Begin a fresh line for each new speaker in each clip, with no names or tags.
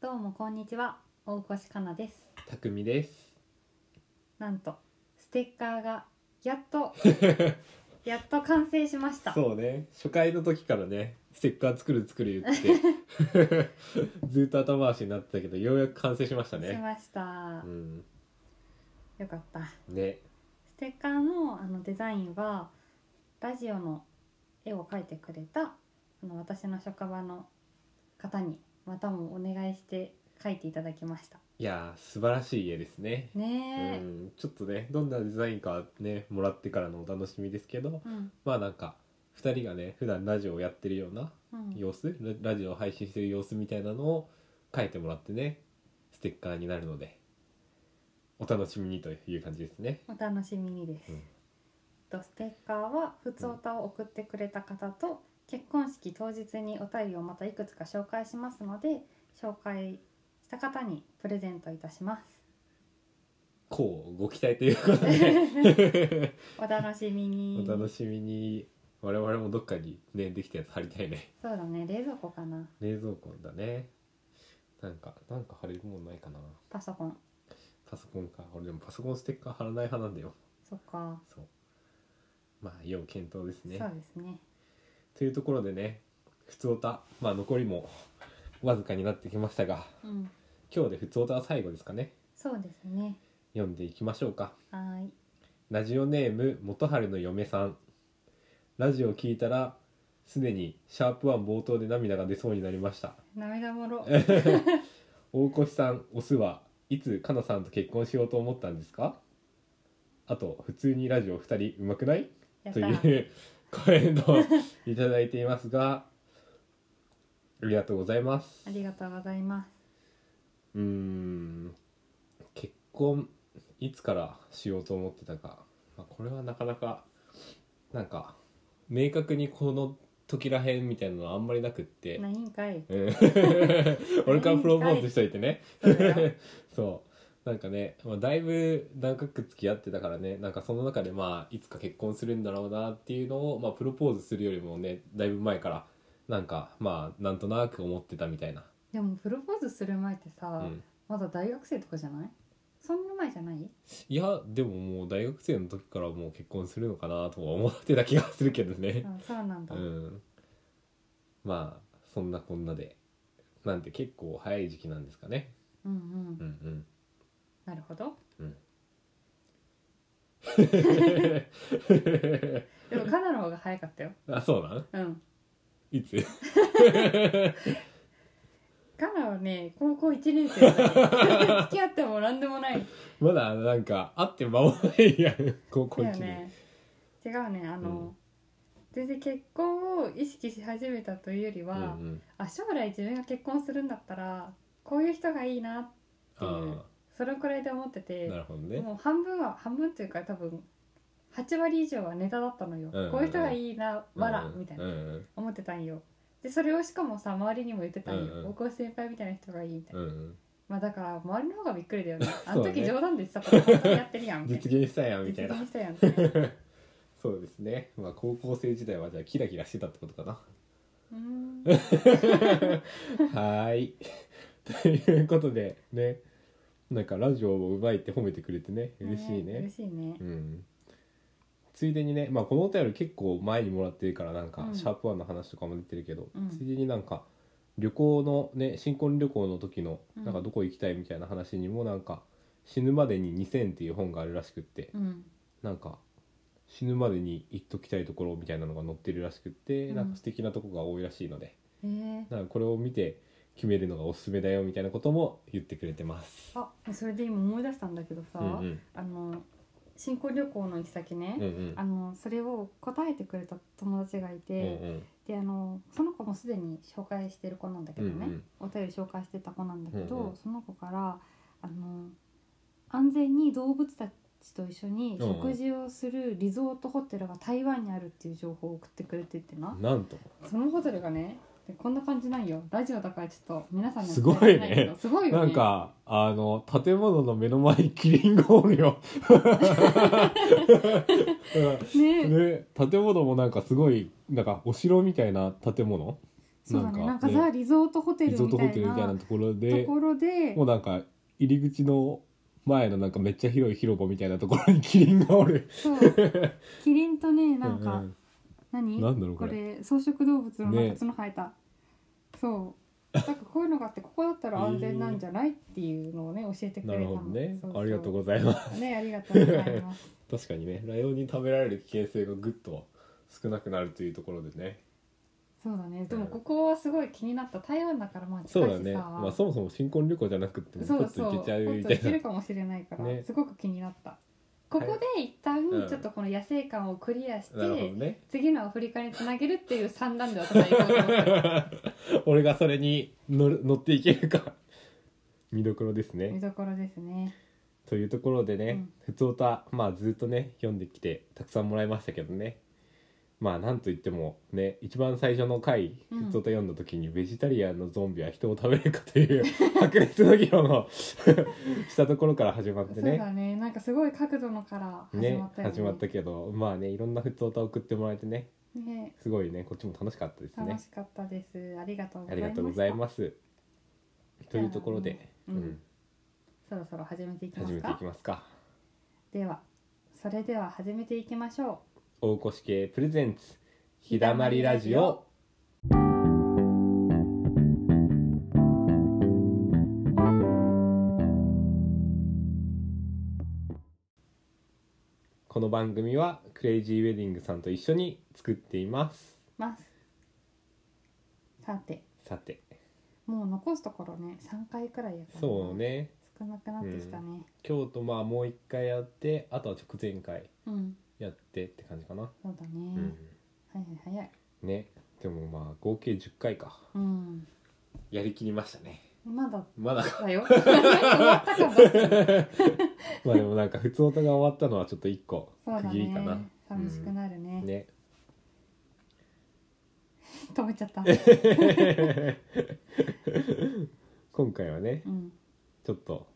どうもこんにちは大越かなです
たくみです。
なんとステッカーがやっ とやっと完成しました
そうね、初回の時からね、ステッカー作る作る 言って、ずっと後回しになってたけど、ようやく完成しました
し
ね。
ました、
うん、
よかった
ね、
ステッカーのあのデザインはラジオの絵を描いてくれたあの私の職場の方にまたもお願いして描いていただきました
いやー素晴らしい家ですね。
ね
う
え、
ん、ちょっとね、どんなデザインかね、もらってからのお楽しみですけど、
うんうん
まあなんか。二人がね普段ラジオをやってるような様子、ララジオを配信してる様子みたいなのを書いてもらってねステッカーになるのでお楽しみにという感じですね
お楽しみにです、
うん
とステッカーは普通歌を送ってくれた方と結婚式当日にお便りをまたいくつか紹介しますので紹介した方にプレゼントいたします
こうご期待ということで
お楽しみに
お楽しみに我々もどっかにねできたやつ貼りたいね
そうだね冷蔵庫かな
冷蔵庫だねなんかなんか貼れるもんないかな
パソコン
パソコンか俺でもパソコンステッカー貼らない派なんだよ
そっか、
そうまあ要検討ですね
そうですね
というところでねふつおたまあ残りもわずかになってきましたが
うん
今日でふつおたは最後ですかね
そうですね
読んでいきましょうか
はーい
ラジオネーム元春の嫁さんラジオ聞いたらすでにシャープワン冒頭で涙が出そうになりました
涙もろ
大越さんオスはいつかなさんと結婚しようと思ったんですかあと普通にラジオ2人うまくない
やっ
と
た
いうコメントをいただいていますがありがとうございます
ありがとうございます
うーん結婚いつからしようと思ってたか、まあ、これはなかなかなんか明確にこの時らへんみたいなのはあんまりなくって、
ないん かい
うん俺からプロポーズしといてね
そうだよ
そうなんかね、まあ、だいぶ長く付き合ってたからねなんかその中でまあいつか結婚するんだろうなっていうのを、まあ、プロポーズするよりもねだいぶ前からなんかまあなんとなく思ってたみたいな、
でもプロポーズする前ってさ、
うん、
まだ大学生とかじゃないそんな前じゃない
いやでももう大学生の時からもう結婚するのかなとは思ってた気がするけどね
あそうなんだ、
うんまあそんなこんなでなんて結構早い時期なんですかね
うんうん
うんうん
なるほど
うん
でもカナの方が早かったよ
あそうな
う
ん
ん
いつ
カナはね高校1年生だから 付き合っても何でもない
まだなんか会って間もないや ん高校
だ
一
よ
年、
ね違うねあの、
うん
全然結婚を意識し始めたというより
うんう
は、
ん
あ将来自分が結婚するんだったらこういう人がいいなていう
あ
それくらいで思ってて
あなるほどね
もう半分は半分というか多分8割以上はネタだったのよ、
うんうんうん
こういう人がいいなわら、
うん
みたいな、
うんうん
思ってたんよでそれをしかもさ周りにも言ってたんよ
うんうん
大越、先輩みたいな人がいいみたいな、
うん
まあだから周りの方がびっくりだよねあの
そうだ
時
ね
冗談で言ってたから本当にやってるやん
うん
みたい
実現したやん
な
みたいな
実現したやんみたいな
そうですねまあ高校生時代はじゃあキラキラしてたってことかな
うーん
はーい。 ということでね、なんかラジオをうまいって褒めてくれてね、嬉しいね。
嬉しいね
うん。ついでにね、まあこのお便り結構前にもらってるからなんか、
うん
シャープワンの話とかも出てるけど、
うん
ついでになんか旅行のね、新婚旅行の時の
うん
なんかどこ行きたいみたいな話にもなんか、死ぬまでに2000っていう本があるらしくって、
うん
なんか死ぬまでに行っときたいところみたいなのが載ってるらしくって、
うん
なんか素敵なとこが多いらしいので。
えー、
だからこれを見て決めるのがおすすめだよみたいなことも言ってくれてます。
あそれで今思い出したんだけどさ、
うんうん
あの新婚旅行の行き先ね、
うんうん
あのそれを答えてくれた友達がいて、
うんうん
であのその子もすでに紹介してる子なんだけどね、
うんうん
お便り紹介してた子なんだけど、
うんうん
その子からあの安全に動物たちと一緒に
うんうん
食事をするリゾートホテルが台湾にあるっていう情報を送ってくれてってな、
なんと
そのホテルがねでこんな感じなんよラジオだからちょっと皆さんには
すごいね
伝えられないけどすごいよね
なんかあの建物の目の前にキリンがお るよ。
ね
ね建物もなんかすごいなんかお城みたいな建物
そうだね
な
なんん
か
か
ね
ザ・リゾートホテ
リ
ル
ゾー
み
ト
た
ホ
い
テルみたいな
な
ところ
と
で
ころで
もうなんか入り口の前のなんかめっちゃ広い広場みたいなところにキリンがおる
そうキリンとねなんか、
うん
何
なんだろうこ
こ
れ
れ草食動物のなん
ね
か角生えた、そうなんかこういうのがあってここだったら安全なんじゃないっていうのをね教えてく
な
れた
る
の
ほどね
そうそう
ありがとうございます
ねありがとうございます
確かにねライオンに食べられる危険性がぐっと少なくなるというところでね
そうだねでもここはすごい気になった台湾だからまあ
そ
近
う
いし
だ
さ、
ね、まあ、そもそも新婚旅行じゃなくってもポ
そう
ッ
そう
と行けちゃう
本
み
当
たい
行け
な
るかもしれないから、
ね
すごく気になったここで一旦
うん
ちょっとこの野生感をクリアして、
なるほどね
次のアフリカにつなげるっていう三段で私は行こうと思ってる
俺がそれに乗る乗っていけるか見どころですね
見どころですね
というところで
う
ね
ん
「ふつおた」まあずっとね読んできてたくさんもらいましたけどねまあなんといってもね一番最初の回「
うん
ふつおた」読んだ時に、ベジタリアンのゾンビは人を食べるかという 白熱の議論を したところから始まって
そう
ね
だねなんかすごい角度のから始
ね
まったよね
始まったけどまあねいろんな「ふつおた」送ってもらえてね
ね
すごいねこっちも楽しかったですね
楽しかったですありがとうござ
あ
い
り
ま
が
した
とうございますというところで、
う
うんん、
そろそろ始めていきま
始
す
めてい
か
きますか
ではそれでは始めていきましょ
大越系プレゼンツひだまりラジオこの番組はクレイジーウェディングさんと一緒に作っています
うますさて
さて
もう残すところね3回くらいやったな
そうね
少なくなってきたね
京都まあもう一回やってあとは直前回
うん、
やってって感じかな、
そうだね、
うん
はいはい早い
ねでもまあ合計10回か
うん
やりきりましたね
まだ
まだ
だ よ終わったかも
まあでもなんか普通歌が終わったのはちょっと一個
そう
区
だ
切りかな
ね寂しくなる
う
ね
ん、ね
止めちゃ った、
今回はね
うん
ちょっと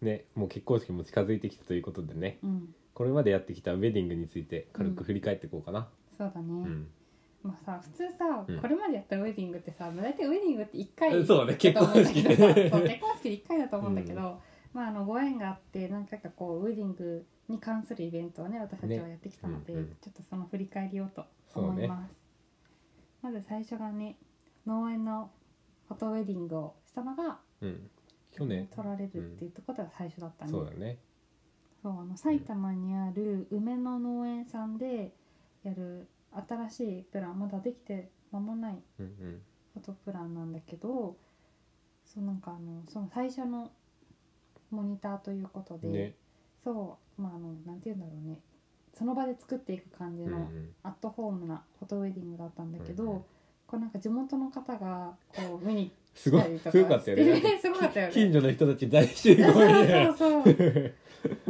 ねもう結婚式も近づいてきたということでね
うん
これまでやってきたウェディングについて軽く振り返っていこうかな
そうだね、
うん、
まあさ普通さ、
うん
これまでやったウェディングってさ大体ウェディングって1回
えそうね結婚式
だ
で
と思うんだけどさそう結婚式で1回だと思うんだけど、まああのご縁があって何回かこうウェディングに関するイベントをね私たちはやってきたので、
ねうんうん
ちょっとその振り返りをと
そう
思い
ね
ます、まず最初がね農園のフォトウェディングをしたのが
うん、去年
取られるっていうところが最初だったね、
そうだね
そうあの埼玉にある梅の農園さんでやる新しいプランまだできて間もない
うんうん
フォトプランなんだけどそうなんかあのその最初のモニターということで、
ね
そうまああのなんて言うんだろうねその場で作っていく感じ
うんう
の
ん
アットホームなフォトウェディングだったんだけど、
うんうん
こうなんか地元の方がこう見に
す
来
ごい
たりとかして
すごかったよね
すごかったよね
近所の人たち大集合みたいな
そうそうそう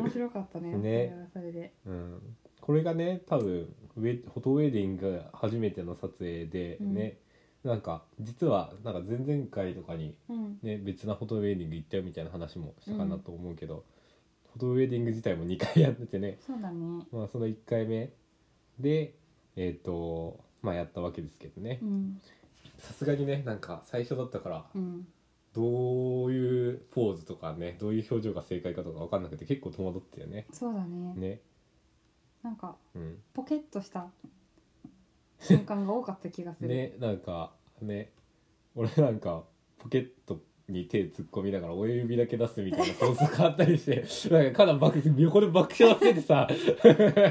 面白かったね
ね
それはそれで、
うんこれがね多分ウェフォトウェディングが初めての撮影でね、なんか実はなんか前々回とかに、
うん、
ね、別なフォトウェディング行ったよみたいな話もしたかなと思うけど、フォトウェディング自体も2回やっててね、
そうだね。
まあ、その1回目でえっ、とまあやったわけですけどね
うん。
さすがにねなんか最初だったから
うん。
どういうポーズとかねどういう表情が正解かとか分かんなくて結構戸惑ってよね。
そうだね。
ね
なんか
うん
ポケッとした瞬間が多かった気がする。
ねなんかね俺なんかポケットに手突っ込みながら親指だけ出すみ たいな構図があったりしてなんかかなり爆横で爆笑して てさ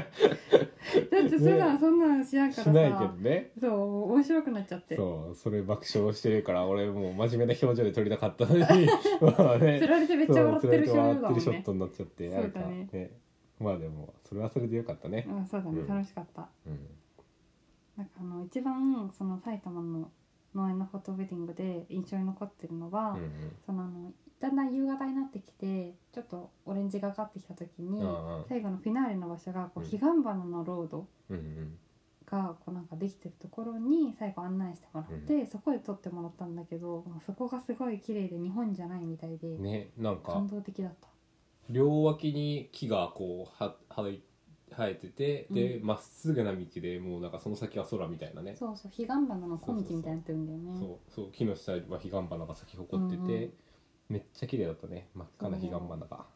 だって普段そんなんしやか
し
らさ、
ないけどね
そう面白くなっちゃって、
そうそれ爆笑してるから俺もう真面目な表情で撮りたかったの にまあ
釣
ね
られてめっちゃ笑ってるショットだもん
そうつられて笑ってるショッ
ね。
トになっちゃって
そう
な
だね
んかねまあでもそれはそれでよかったね
うん、そうだね
う。ん
楽しかった。
うん
なんかあの一番その埼玉の農園のフォトウェディングで印象に残ってるのは、
うん
そのあのだんだん夕方になってきてちょっとオレンジがかってきた時
う
に、
んああ
最後のフィナーレの場所がこう
うん
彼岸花のロード。
うんうん
がこうなんかできてるところに最後案内してもらって、そこで撮ってもらったんだけどもうそこがすごい綺麗で日本じゃないみたいで、
ねなんか
感動的だった
両脇に木がこうはは生えててで
う
ま、っすぐな道でもうなんかその先は空みたいなね
そうそう彼岸花の小道みたいになってるんだよね
そうそう木の下は彼岸花が咲き誇ってて、
うん
めっちゃ綺麗だったね真っ赤な彼岸花が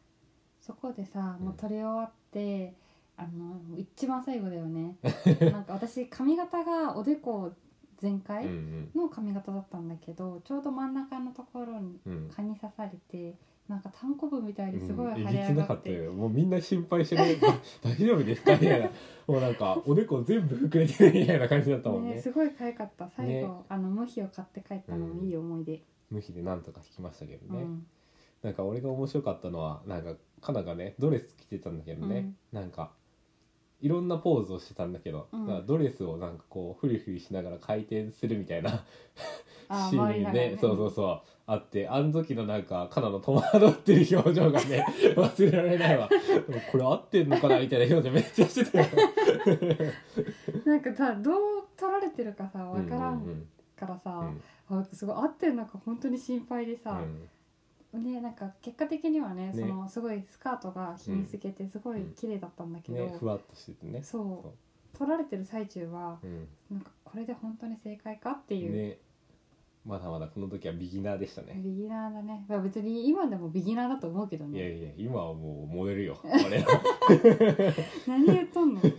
そこでさ
うん
もう撮り終わって、あの一番最後だよ ねなんか私髪型がおでこ全
う
開
ん
の髪型だったんだけど、ちょうど真ん中のところに
うんうん
蚊に刺されてなんか単行部みたいにすごい
うん
腫
え
れ
げつ
上
な
が
か
っ
った
て、
よもうみんな心配してね 大丈夫ですかみたいなもうなんかおでこ全部膨れてるみたいな感じだったもんね
ねすごい可愛かった最後、
ね
あの無比を買って帰ったのもいい思い出、
無比でなんとか引きましたけど
うん
ね、なんか俺が面白かったのはなんかカナがねドレス着てたんだけどね、なんかいろんなポーズをしてたんだけど、
うん
なんかドレスをなんかこうフリフリしながら回転するみたいな
あ
シ
ー
ー
回
ン
り
ね
ながら
そうそうそうあってあの時のなんかカナの戸惑ってる表情が ね忘れられないわでもこれ合ってんのかなみたいな表情めっちゃしてたよ
なんかさどう撮られてるかさわから
うんうんん
からさ、
うん
あすごい合ってるのか本当に心配でさ、ねなんか結果的にはね
ね
そのすごいスカートが日に透けてすごい綺麗だったんだ
う
け
ん
ど、
ねふわっとしててね
そう撮られてる最中は
うん
なんかこれで本当に正解かっていう、
ねまだまだこの時はビギナーでしたね、
ビギナーだね、まあ、別に今でもビギナーだと思うけど
いや
ね
いや今はもうモデルよ俺ら
何言っと んのそう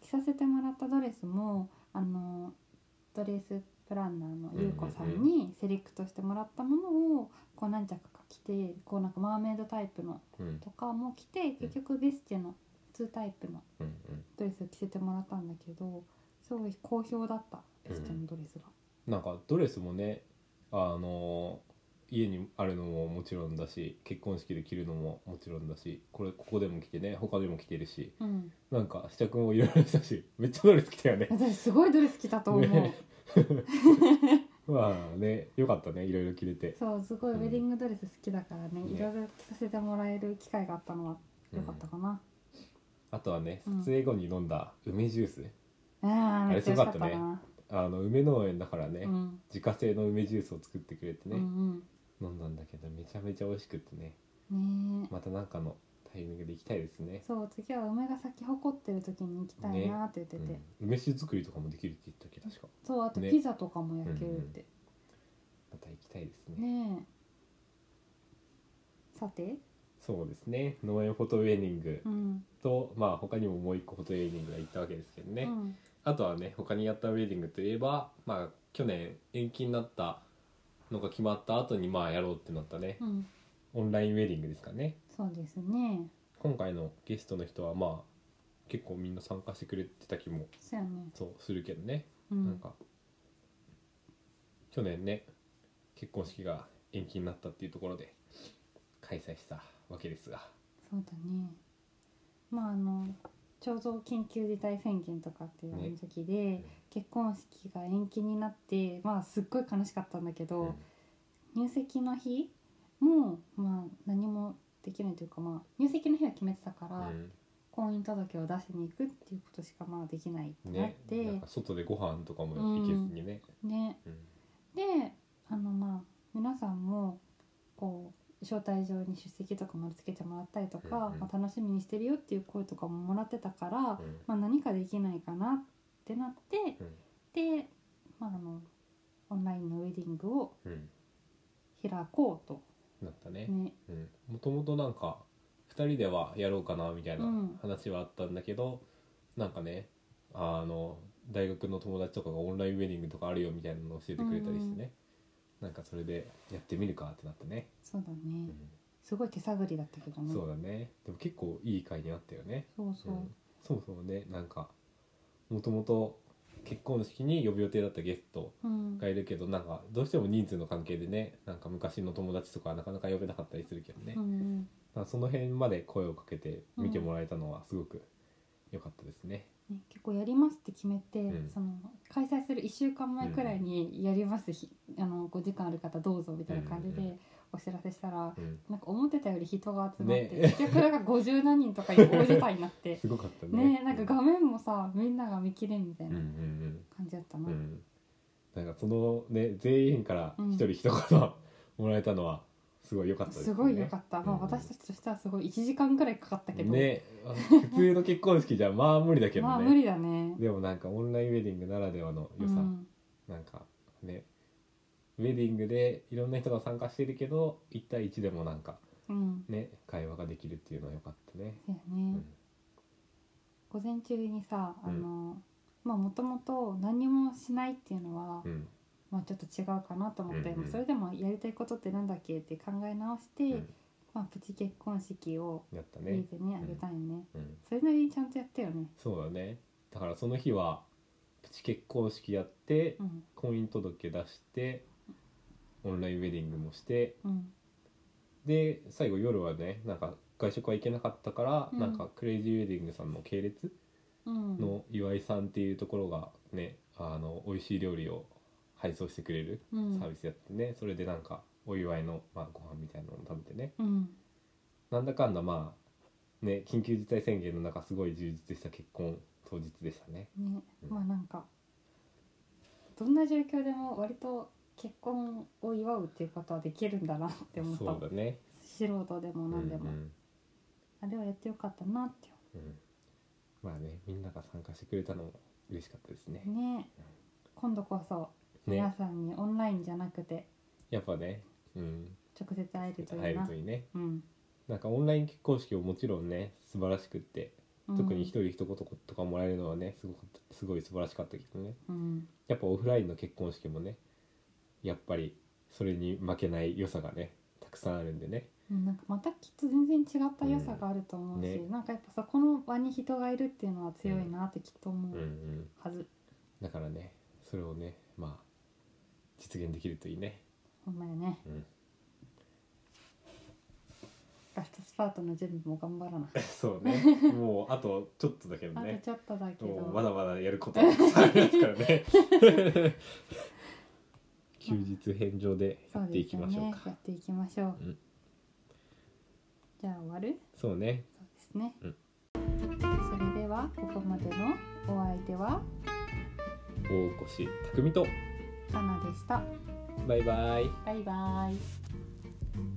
着させてもらったドレスもあのドレスプランナーのゆうこさん
うん
にセレクトしてもらったものをこう何着か着てこうなんかマーメイドタイプの
うん
とかも着て結局ベスチェの2タイプの
うん
ドレスを着せてもらったんだけどすごい好評だったベストのドレスが、
うんなんかドレスもねあの家にあるのももちろんだし結婚式で着るのももちろんだしこれここでも着てね他でも着てるし
うん、
なんか試着もいろいろしたし めっちゃドレス着たよね
私すごいドレス着たと思う、
ねまあねよかったねいろいろ着れて
そうすごいウェディングドレス好きだからね、
ね
いろいろ着させてもらえる機会があったのは良かったかな、
あとはね
うん
撮影後に飲んだ梅ジュース、
ああめっちゃ美味しかった
あれすご
な
あの梅農園だからね、
うん
自家製の梅ジュースを作ってくれて
う
ね、
ん
飲んだんだけどめちゃめちゃ美味しくってね
うんねえ
またなんかのタイミングで行きたいですね
そう次は梅が咲き誇ってる時に行きたいなって言ってて、
うん、梅酒作りとかもできるって言ったっけ確か
そうあと
ね
ピザとかも焼けるって、
また行きたいですね
ねえさて
そうですね農園フォトウェディング
うん、
と、まあ他にももう一個フォトウェディングが行ったわけですけどね、
うん
あとはね他にやったウェディングといえばまあ去年延期になったのが決まった後にまあやろうってなったね
うん、
オンラインウェディングですかね
そうですね
今回のゲストの人はまあ結構みんな参加してくれてた気も
そうやね
そうするけどね
うん
なんか去年ね結婚式が延期になったっていうところで開催したわけですが
そうだねまああのちょうど緊急事態宣言とかっていう
ね
時で、
ん
結婚式が延期になってまあすっごい悲しかったんだけど、入籍の日もまあ何もできないというかまあ入籍の日は決めてたから、
うん
婚姻届を出しに行くっていうことしかまあできないってなっ
ね
て、
なんか外でご飯とかも行けずにね、
ね
うん
であのまあ皆さんもこう招待状に出席とかもつけてもらったりとか、
うんうん
まあ、楽しみにしてるよっていう声とかももらってたから、
うん
まあ、何かできないかなってなってで、まあ、あのオンラインのウェディングを
うんうん
開こうと
なったね、
ね
うん、もともとなんか2人ではやろうかなみたいな
うん
話はあったんだけど、なんかねあの大学の友達とかがオンラインウェディングとかあるよみたいなのを教えてくれたりしてね、なんかそれでやってみるかってなってね、
そうだね、
うん
すごい手探りだったけどね
そうだねでも結構いい回になったよね、
そう
う
そ
ん
う、
そもそもねなんかもともと結婚式に呼ぶ予定だったゲスト
うん
がいるけどなんかどうしても人数の関係でねなんか昔の友達とかはなかなか呼べなかったりするけどね、
うんうん
まあその辺まで声をかけて見てもらえたのはすごく良かったですね。
ね、結構やりますって決めて、
うん
その開催する1週間前くらいにやります日、あの5時間ある方どうぞみたいな感じ
うんう
でお知らせしたら、
うん、
なんか思ってたより人が集まって、
ね
結局なんか50何人とかに大所帯になって
すごかった ね。
ねなんか画面もさみんなが見切れんみたい
うんう
なん感じだった
うん
な、
うん。なんかそのね全員から一人一言もらえたのはすすごい良かったです
すごい良かった、まあ、
うん
私たちとしてはすごい1時間くらいかかったけど、
ねあ普通の結婚式じゃまあ無理だけどね、
まあ無理だね
でもなんかオンラインウェディングならではの良さ、
うん
なんかねウェディングでいろんな人が参加してるけど1対1でもなんか
うん
ね会話ができるっていうのは良かったね、
そうやね、
うん
午前中にさあ
うん
の、まあもともと何もしないっていうのは、
うん
まあちょっと違うかなと思って、
うんうん
まあそれでもやりたいことってなんだっけって考え直して、
うん
まあ、プチ結婚式を
やった
家
ね、
でねあげたいよね、
うん、
それなりにちゃんとやったよね
そうだねだからその日はプチ結婚式やって
うん
婚姻届出してオンラインウェディングもして
うん
で最後夜はねなんか外食は行けなかったから、
うん
なんかクレイジーウェディングさんの系列
うん
の岩井さんっていうところがねあの美味しい料理を配送してくれる
うん
サービスやってね、それでなんかお祝いの、まあ、ご飯みたいなのを食べてね
うん
なんだかんだまあね緊急事態宣言の中すごい充実した結婚当日でしたね
ね
うん
まあなんかどんな状況でも割と結婚を祝うっていうことはできるんだなって思った
そうだね
素人でも何でも、
うんうん
あれはやってよかったなって
うんまあねみんなが参加してくれたのも嬉しかったですね
思うね今度こそ皆
ね
さんにオンラインじゃなくて
やっぱねうん
直接会えるとい
入
い
る
な
といいね
うん
なんかオンライン結婚式ももちろんね素晴らしくって
うん
特に一人一言とかもらえるのはねすごかったすごい素晴らしかったけどね
うん
やっぱオフラインの結婚式もねやっぱりそれに負けない良さがねたくさんあるんでね
うんなんかまたきっと全然違った良さがあると思うし、
うんね
なんかやっぱそこの場に人がいるっていうのは強いなってきっと思
うんう
うんはず、
だからねそれをねまあ実現できるといいね
ほんまやね
うん
ラストスパートの準備も頑張らな、
そうねもうあとちょっとだけど
あと
ね
ちょっとだけど
もうまだまだやることはたくさんありますからね 休日返上でや
そう
ってい
で
き
すよ
ましょう
ね
か。
やっていきましょう、
うん
じゃあ終わる
そうね
そうですね、
うん
それではここまでのお相手は
大越匠と
かなでした
バイバイ。
バイバイ